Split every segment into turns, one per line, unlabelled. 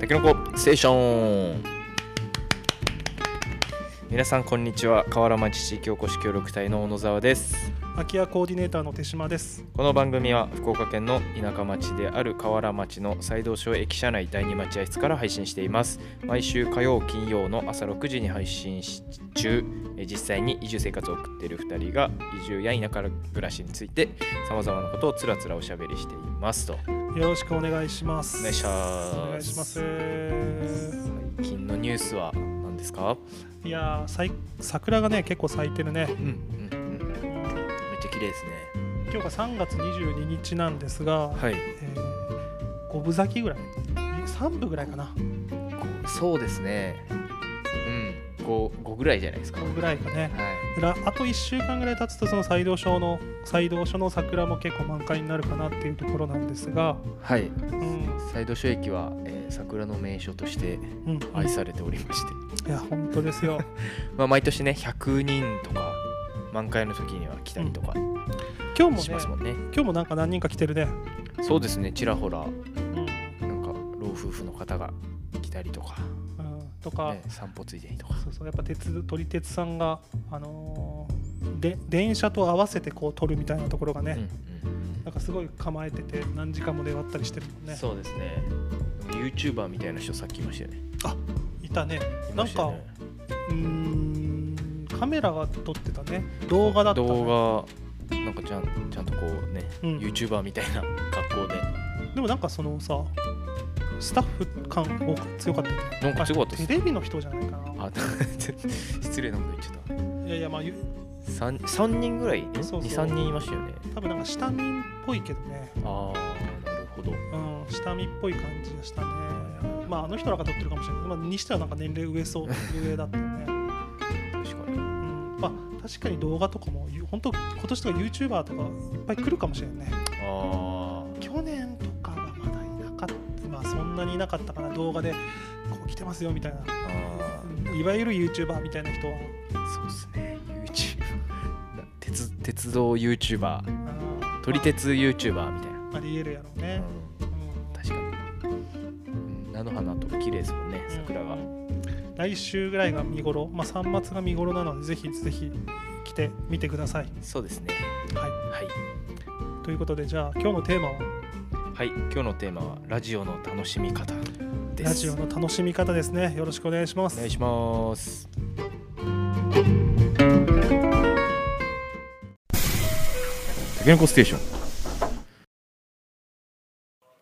たけのこステーション皆さんこんにちは河原町地域おこし協力隊の小野沢です
空き家コーディネーターの手島です。
この番組は福岡県の田舎町である河原町の西道省駅舎内第2待合室から配信しています毎週火曜金曜の朝6時に配信し中えー実際に移住生活を送っている2人が移住や田舎暮らしについてさまざまなことをつらつらおしゃべりしていますと
よろしくお願いします。
お願いします
お願いします。
最近のニュースは何ですか
いやー、さい桜がね結構咲いてるね。
うんうんうんめっちゃ綺麗ですね
今日が3月22日なんですが、
はい
えー、5分咲きぐらい、3分ぐらいかな、
そうですねうん 5, 5ぐらいじゃないですかは
5ぐらいかね。
い
らあと1週間ぐらい経つとその西道省の西道所の桜も結構満開になるかなっていうところなんですが、
はい
うん
サイド書駅は、えー桜の名所として
うん、
愛
い
されておりまして、
や本当ですよ。
まあ、毎年ね100人とか満開の時には来たりとか
今日もね
しますもんね、
今日もなんか何人か来てるね。
そうですねちらほら
うん
なんか老夫婦の方が来たりとか、
うんとか、
ね、散歩ついでにとか
そうそうやっぱ鉄撮り鉄さんが、あのーで電車と合わせてこう撮るみたいなところがね、
うん
なんかすごい構えてて何時間も出会ったりしてるもん
うん
ね
そうですね YouTuber みたいな人さっきいましたよね
いたね
い
な
ま
ん
した
か
よ
う
ね
ーんカメラが撮ってたね動画だった、ね、
動画なんかちゃんちゃんとこうね、
うん
YouTuber みたいな格好で
でもなんかそのさスタッフ感多く強かったよね
なんかすごかったです
テレビの人じゃないかな
あ 失礼なこと言っちゃった
いやいやまあゆ
3, 3人ぐらい
そうそう
23人いましたよね
多分なんか下見っぽいけどね
ああなるほど
うん下見っぽい感じがしたねまああの人らが撮ってるかもしれないけど、まあ、にしてはなんか年齢上そう上だったよね
確かに
うんまあ確かに動画とかもゆ本当今年とか YouTuber とかいっぱい来るかもしれないね
あ
去年とかはまだいなかったまあそんなにいなかったかな動画でこう来てますよみたいな
ーあ
いわゆる YouTuber みたいな人は
ーそうっすね YouTube な鉄鉄道 YouTuber
うん
撮り鉄 YouTuber みたいな、
まあありえるやろうね、
うん
うん
確かにうん菜の花とか綺麗ですもんね桜が、
来週ぐらいが見頃まあ3月が見頃なのでぜひぜひ来てみてください
そうですね
はい
はい
ということでじゃあ今日のテーマは
はい今日のテーマはラジオの楽しみ方です
ラジオの楽しみ方ですねよろしくお願いします
お願いしますたけのこステーション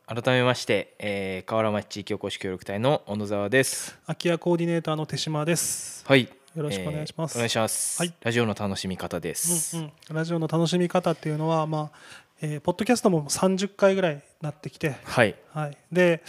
改めまして、えー、河原町地域おこし協力隊の小野沢です
空き家コーディネーターの手島です
はいよ
よろしくお願いします、
お願いします、
はい
ラジオの楽しみ方です、
うんうん、ラジオの楽しみ方っていうのはまあ、えーポッドキャストも30回ぐらいなってきて
はい
はいで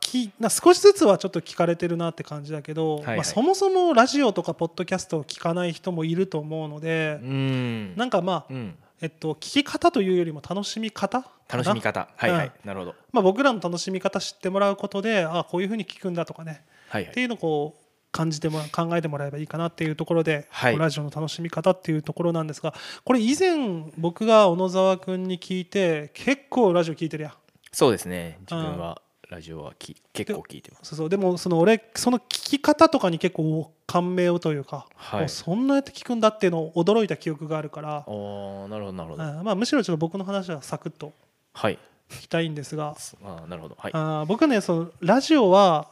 きな少しずつはちょっと聞かれてるなって感じだけど、
はいはい
まあ、そもそもラジオとかポッドキャストを聞かない人もいると思うの
う
で、
ん
なんかまあ、
うん
えっと、聞き方というよりも楽しみ方かな
楽しみ方はいはい、なるほど
まあ、僕らの楽しみ方知ってもらうことであこういうふうに聞くんだとかね、
はいは
ってい
いう
のをこう感じてもら考えてもらえばいいかなっていうところで、
はい
ラジオの楽しみ方っていうところなんですがこれ以前僕が小野沢君に聞いて結構ラジオ聞いてるやん
そうですね自分はラジオはき結構聞いてます
そうそうでもその俺その聞き方とかに結構感銘をというか、
はい
おそんなやって聞くんだっていうのを驚いた記憶があるから、
おーなるほどなるほど、
あまあ、むしろちょっと僕の話はサクッと
はい
聞きたいんですが
そあーなるほどはい
あー僕ねそのラジオは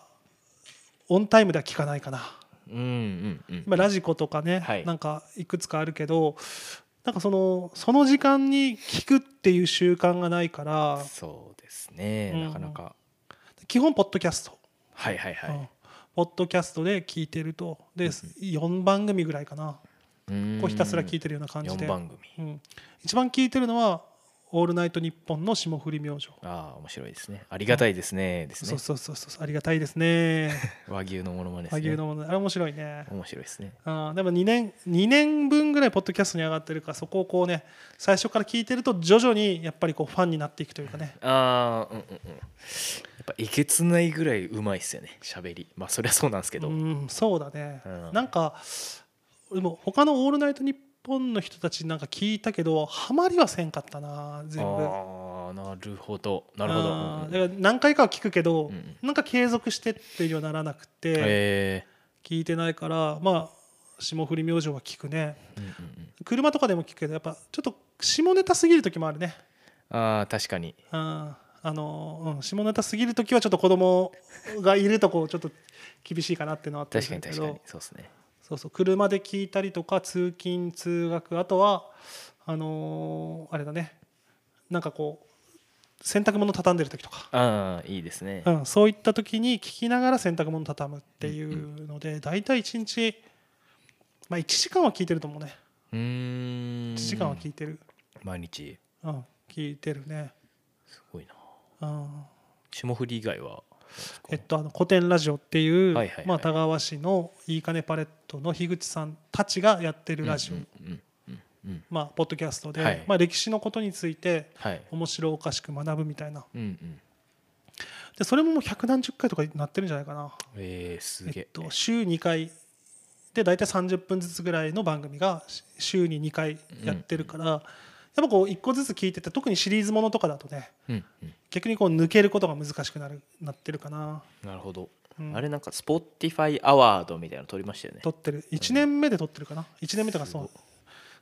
オンタイムでは聞かないかな、
うんうんうん
まあ、ラジコとかね、
はい
なんかいくつかあるけどなんかそのその時間に聞くっていう習慣がないから
そうですね、
うん
なかなか
基本ポッドキャスト、
はいはいは
うん
い、
ポッドキャストで聞いてるとで4番組ぐらいかな
うん
こうひたすら聞いてるような感じで、
4番組
うん、一番聞いてるのは「オールナイトニッポン」の霜降り明星、
ああ面白いですねありがたいですね、です
そ
ね
うそうそうそうありがたいで すね
和牛のものまねで
和
すね
牛のものあれ面白いね
面白いですね
あーでも2年2年分ぐらいポッドキャストに上がってるからそこをこうね最初から聞いてると徐々にやっぱりこうファンになっていくというかね
ああうんうんうんやっぱいけつないぐらいうまいっすよね喋りまあそりゃそうなんですけど、
うんそうだね、
うん
なんかでも他の「オールナイトニッポン」の人たちなんか聞いたけどハマりはせんかったな全部
あああなるほどなるほど。
あ
う
ー
ん
だから何回かは聞くけど、
うんうん
なんか継続してっていうようにはならなくて、
え
聞いてないからまあ霜降り明星は聞くね
ーうんうん
車とかでも聞くけどやっぱちょっと下ネタすぎる時もあるね
うん、ああ確かに。
あーあの、うん、下ネタすぎる時はちょっと子供がいるとこうちょっと厳しいかなっていうのはあったり
確
す
かに
るけ
確
ど
かにそうですね。
そうそう車で聞いたりとか通勤通学あとはあのーあれだねなんかこう洗濯物畳んでる時とか、
ああいいですね。
うん、そういった時に聞きながら洗濯物畳むっていうので大体1日、まあ、1時間は聞いてると思うね
うーん。
1時間は聞いてる、
毎日
うん、聞いてるね、
すごいな。
うん、
霜降り以外は。
えっとあの古典ラジオっていう、
はいはいはい
まあ、田川市のいいかねパレットの樋口さんたちがやってるラジオ、
うんうんうんうん。
まあ、ポッドキャストで、
はい
まあ、歴史のことについて
はい。
面白おかしく学ぶみたいな
うんうん。
でそれももう百何十回とかになってるんじゃないかな、
ええすげ
えっ
え。
と、週2回で大体30分ずつぐらいの番組がし週に2回やってるから、やっぱこう1個ずつ聞いてて特にシリーズものとかだとね
うんうん。
逆にこう抜けることが難しくなるなってるかな、
なるほど。
うん
あれなんか Spotify アワードみたいなの取りましたよね。
撮ってる1年目で撮ってるかな1年目とかそ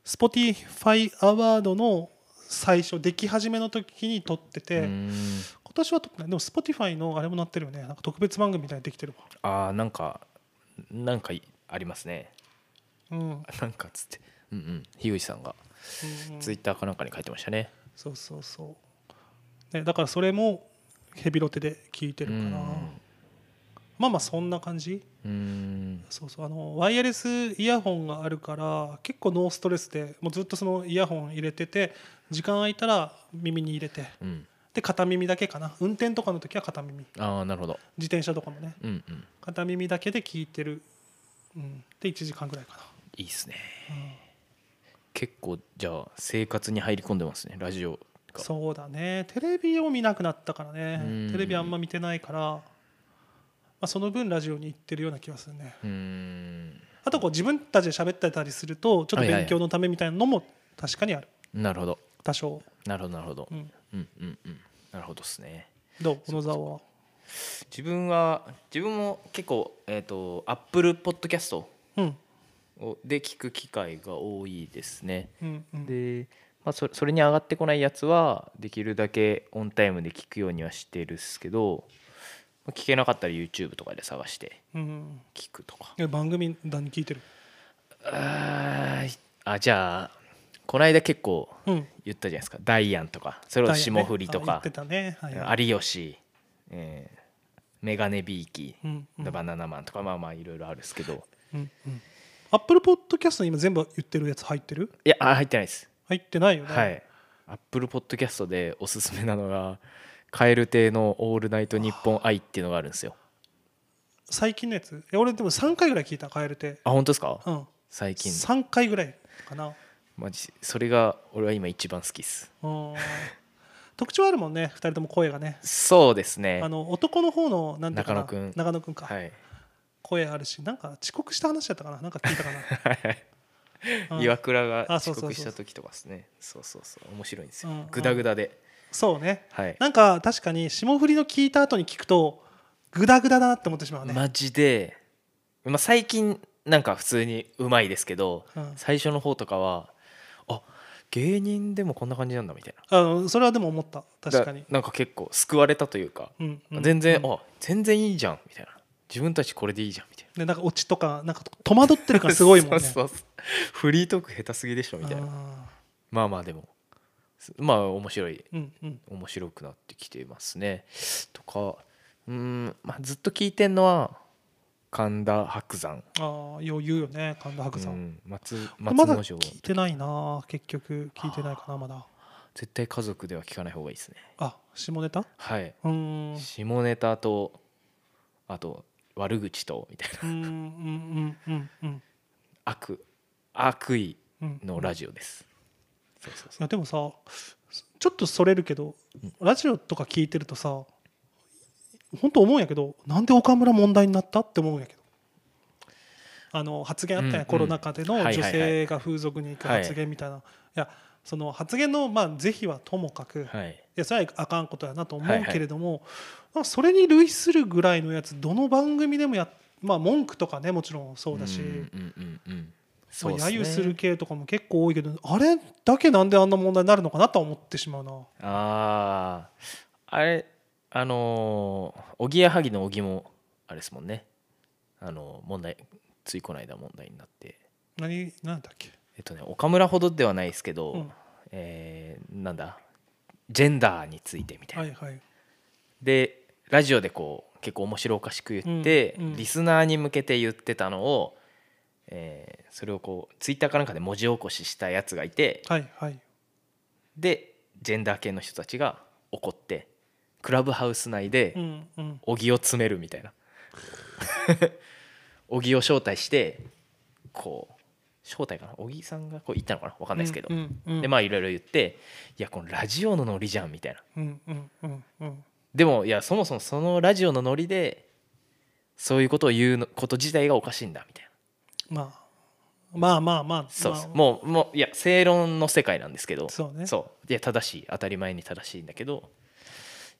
す
う Spotify アワードの最初でき始めの時に撮ってて、
うーん
今年は撮ってないでも Spotify のあれもなってるよねなんか特別番組みたいにできてる
ああなんかなんかいありますね。
わ、うんうん
なんかつって。うんうん。樋口さんが
うん
ツイッターかなんかに書いてましたね。
そうそうそう、ね、だからそれもヘビロテで聞いてるかな、
うん
まあまあそんな感じ
うーん。
そうそうあのワイヤレスイヤホンがあるから結構ノーストレスでもうずっとそのイヤホン入れてて時間空いたら耳に入れて
うん。
で片耳だけかな運転とかの時は片耳
ああなるほど。
自転車とかもね
うんうん。
片耳だけで聞いてる、うん、で1時間ぐらいか
いいっすね。
な、うん
結構じゃあ生活に入り込んでますねラジオが。
そうだねテレビを見なくなったから
うん
ねテレビあんま見てないから、まあ、その分ラジオに行ってるような気がするね
うーん。
あとこう自分たちで喋ってたりするとちょっと
はいはい
勉強のためみたいなのも確かにある
なるほど。
多少、
なるほどなるほど
う。ん、
うんうんうん。なるほどですね。
どう小野沢は
自分は自分も結構えっ、とアップルポッドキャスト
うん
をで聞く機会が多いですね。
うんうん
で、まあ、それそれに上がってこないやつはできるだけオンタイムで聞くようにはしてるっすけどまあ聞けなかったら YouTube とかで探して
うん
聞くとか
いや番組何聞いてる
あーあじゃあこの間結構
うん
言ったじゃないですかダイアンとかそれを霜降りと
だよねあ言っ
か
て、たね、はいはい、
有吉、えーメガネビーキ
うんうん
バナナマンとかまあまあいろいろあるっすけど
うんうんアップルポッドキャストに今全部言ってるやつ入ってる
いやあ入ってないです
入ってないよね、
はい。アップルポッドキャストでおすすめなのが、カエル亭のオールナイトニッポン愛っていうのがあるんですよ。
最近のやついや俺でも3回ぐらい聞いたカエルて
あ、本当ですか、
うん
最近。
3回ぐらいかな
マジ、それが俺は今一番好きです。
うん特徴あるもんね2人とも声がね
そうですね
あ。の男の方のなんていうかな
中野くん
中野くんか、
はい。
声あるしなんか遅刻した話だったかななんか聞いたか な、う
岩
ん、
倉が
あそ
遅
うそうそう
刻した時とかですね。そうそうそう。面白いんです
うん
よ。グダグダで。
そうね
はい。
なんか確かに霜降りの聞いた後に聞くとグダグダだなって思ってしまうね、
マジで、まあ、最近なんか普通にうまいですけど、
うん
最初の方とかは、あ芸人でもこんな感じなんだみたいな。
あのそれはでも思った確かに
だなんか結構救われたというか、
うんうん
全然、
うん
あ全然いいじゃんみたいな自分たちこれでいいじゃんみたいな
でなんかオチとかなんか戸惑ってるからすごいもんね
そうそうそうフリートーク下手すぎでしょみたいな
あ
まあまあでもすまあ面白い
ーうんうん
面白くなってきてますねとかうーん、まあ、ずっと聞いてんのは神田伯山
あー余裕よね神田伯山、
うん松
ま
松
だ
之丞
聞いてないな結局聞いてないかなまだ
絶対家族では聞かない方がいいですね
あ下ネタ
はい、
うー んう
下ネタとあと悪口とみたいな
ーんうんうんうん
悪悪意
うん
のラジオです。そうそう
いやでもさちょっとそれるけどラジオとか聞いてるとさ本当思うんやけどなんで岡村問題になったって思うんやけどあの発言あったやん、
うんうん
コロナ禍での
はいはいはい
女性が風俗に行く発言みたいな、いやその発言のまあ是非はともかく、い、
はい
やそれはあかんことやなと思
はいは
う
い
けれども、まあそれに類するぐらいのやつどの番組でもやまあ文句とかねもちろんそうだし、
うんうんうんうん
まあ
っ
揶揄する系とかも結構多いけどあれだけなんであんな問題になるのかなとは思ってしまうな
あああれあのーおぎやはぎのおぎもあれですもんねあの問題ついこの間問題になって
何なんだっけ
えっとね岡村ほどではないですけど、
うん
えーなんだジェンダーについてみたいな、
はいはい
でラジオでこう結構面白おかしく言って、
うんうん
リスナーに向けて言ってたのを、えーそれをこうツイッターかなんかで文字起こししたやつがいて
はいはい
でジェンダー系の人たちが怒ってクラブハウス内で、
うんうん
小木を詰めるみたいな 小木を招待してこう招待かな小木さんがこう言ったのかな分かんないですけど、
うんうんうん
でまあいろいろ言っていやこのラジオのノリじゃんみたいな
うんうんうんうん
でもいやそもそもそのラジオのノリでそういうことを言うのこと自体がおかしいんだみたいな
まあまあまあまあ
そうです、
まあ
もうもういや正論の世界なんですけど
そうね
そういや正しい当たり前に正しいんだけど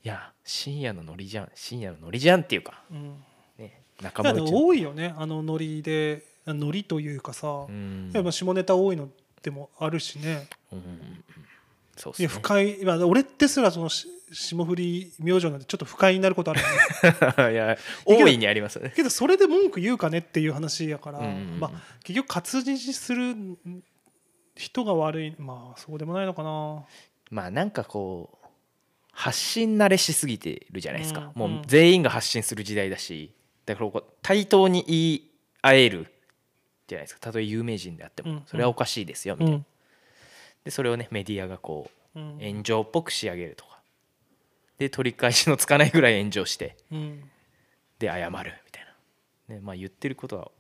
いや深夜のノリじゃん深夜のノリじゃんっていうか
うん
ね仲
いや
間
で
内
も多いよねあのノリでノリというかさ、
う
い
ん
やまあ下ネタ多いのでもあるしね
うんうんうんそうっす
い
ね
や不快、まあ、俺ですらそのし霜降り明星なんでちょっと不快になることあるよ ね
いや大いにありますよね
けどそれで文句言うかねっていう話やから、
うんうんうん
まあ、結局活字にする人が悪いまあそうでもないのかな
まあなんかこう発信慣れしすぎてるじゃないですか、
うんうん
もう全員が発信する時代だしだからこう対等に言い合えるじゃないですかたとえ有名人であっても、
うんうん
それはおかしいですよみた
う
いな、
ん、
でそれをねメディアがこ
う
うん炎上っぽく仕上げるとかで取り返しのつかないぐらい炎上して
うん、
で謝るみたいな、ねまあ、言ってることは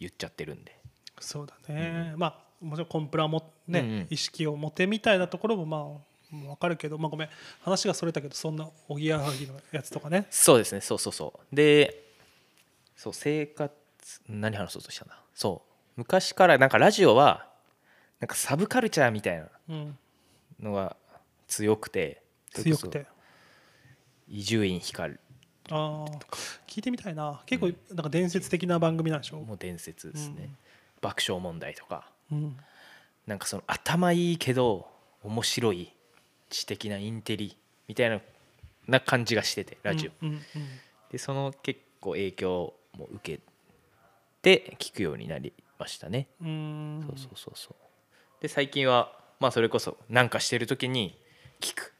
言っちゃってるんで
そうだね、まあもちろんコンプラもね、
うんうん
意識を持てみたいなところもまあわかるけど、まあ、ごめん話がそれたけどそんなおぎやはぎのやつとかね
そうですねそうそうそうでそう生活何話そうとしたんだそう昔からなんかラジオはなんかサブカルチャーみたいな
うん、
のが強くてそれ
強
こそ
くて
伊集院光
ああ聞いてみたいな結構なんか伝説的な番組なんでしょ、
も伝説ですね、
うん
爆笑問題とか
うん
なんかその頭いいけど面白い知的なインテリみたいなな感じがしててラジオ、
うんうん
でその結構影響も受けて聞くようになりましたね
うん、うん
そうそうそうそうで最近はまあそれこそなんかしてる時に聞く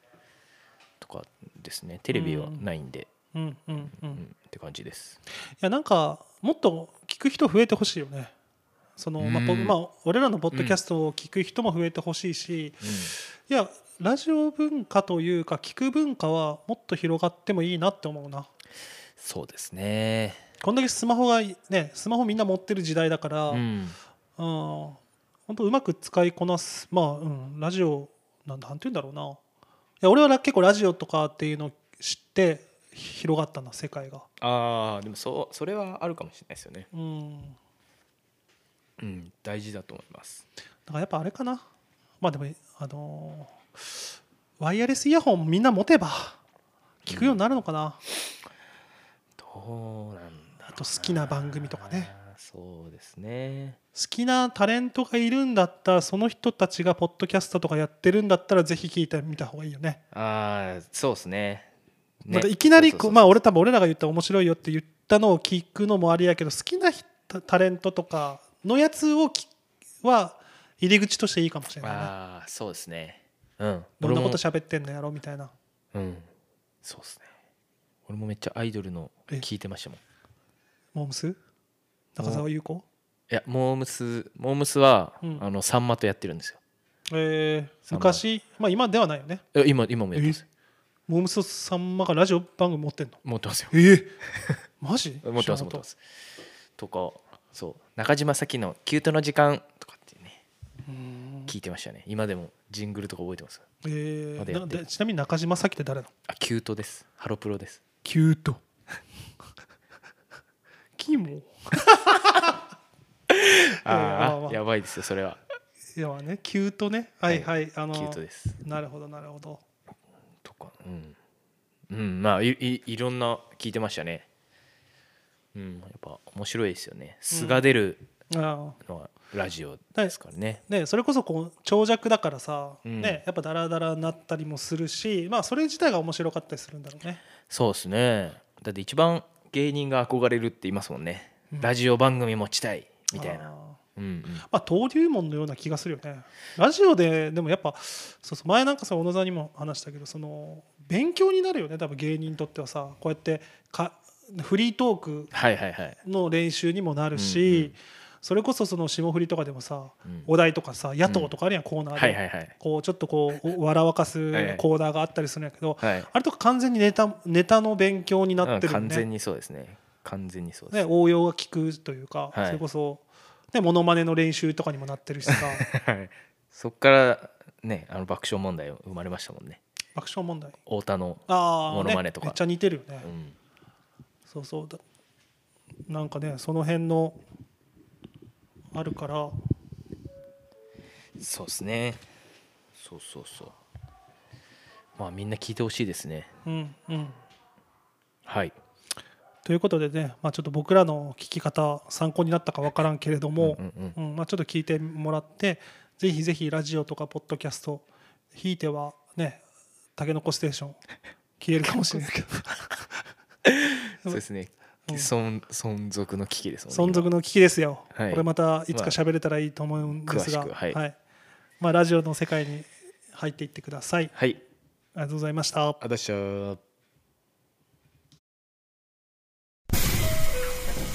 とかですねテレビはないんで、
うんうんう
うん
ん
って感じです
いやなんかもっと聞く人増えてほしいよねその、まあポ
うん
まあ、俺らのポッドキャストを聞く人も増えてほしいし、いやラジオ文化というか聞く文化はもっと広がってもいいなって思うな
そうですね
こんだけスマホがねスマホみんな持ってる時代だから、
う
うん、
ん
本当うまく使いこなすまあ、うん、ラジオなんなんて言うんだろうないや俺はら結構ラジオとかっていうのを知って広がったな世界が
あーでもそうそれはあるかもしれないですよね
うん
うん大事だと思います
だからやっぱあれかなまあでもあのーワイヤレスイヤホンみんな持てば聞くようになるのかな、
どうなんだ
あと好きな番組とかね
あーそうですね
好きなタレントがいるんだったらその人たちがポッドキャストとかやってるんだったらぜひ聞いてみた方がいいよね
ああそうですねね
またいきなり
そう
こ
そうう
まあ俺多分俺らが言った面白いよって言ったのを聞くのもありやけど好きな人タレントとかのやつをきは入り口としていいかもしれないね
あーそうですねうん
どんなこと
俺も
喋ってんのやろみたいな
うんそうですね俺もめっちゃアイドルの聞いてましたもんい
モームス中澤優子
やモームスモームスは、
うん
あのさんまとやってるんですよ
えー、
三番
昔、まあ、今ではないよね
え今今もやってます
モームスさんまがラジオ番組持ってんの
持ってますよ
ええマジ
持ってます
知らなか
持ったてますとかそう中島咲の「キュートの時間」とかってね
うーん
聞いてましたね今でもジングルとか覚えてます
え
ま
ー
だや
な
ってる
でちなみに中島さきって誰なの
あキュートですハロプロ です
キュートキモ
あ
まあま
あ
あ
やばいですよそれは
要はねキュートねはいはい、あの
キュートです
なるほどなるほど
とかうん、うん、まあいいいろんな聞いてましたねうんやっぱ面白いですよね素が出る
ああ
のはラジオですからね、
ね、それこそこう長尺だからさ、
うん
ね、やっぱダラダラになったりもするし、まあ、それ自体が面白かったりするんだろうね。
そうですねだって一番芸人が憧れるって言いますもんね、
うん
ラジオ番組持ちたいみたい
あ
な
あ
うんうん
まあ、登竜門のような気がするよね。ラジオででもやっぱそうそう前なんかさ小野さんにも話したけどその勉強になるよね多分芸人にとってはさこうやってかフリートーク
はいはいはい、
の練習にもなるし、それこそその霜降りとかでもさ
うん
お題とかさ野党とかあるやん、コーナーで、
はいはいはい
こうちょっとこうお笑わかす
はいはい
コーナーがあったりするんやけど、
はい
あれとか完全にネタネタの勉強になって
うん
るよ
完
ね
全にそうですね完全にそうで
ね
す、
応用が効くというか、
はい
それこそ。ね、モノマネの練習とかにもなってるしさ
はいそっからねあの爆笑問題生まれましたもんね
爆笑問題
太田の、
ああ、
モノマネとか
ね、めっちゃ似てるよね、
うん、
そうそうだなんかねその辺のあるから
そうですねそうそうそうまあみんな聞いてほしいですね
うんうん
はい
ということでね、まあ、ちょっと僕らの聞き方参考になったか分からんけれども、
うんうん
うんまあ、ちょっと聞いてもらってぜひぜひラジオとかポッドキャストひいてはね「たけのこステーション」消えるかもしれないけど
そうですね、
うん
存存続の危機ですもんね
存続の危機ですよ、
はい
これまたいつか喋れたらいいと思うんですが、
まあ詳しくはい
まあ、ラジオの世界に入っていってください
今はい
ありがとうございました
あだしゃー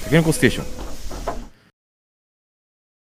たけのこステーション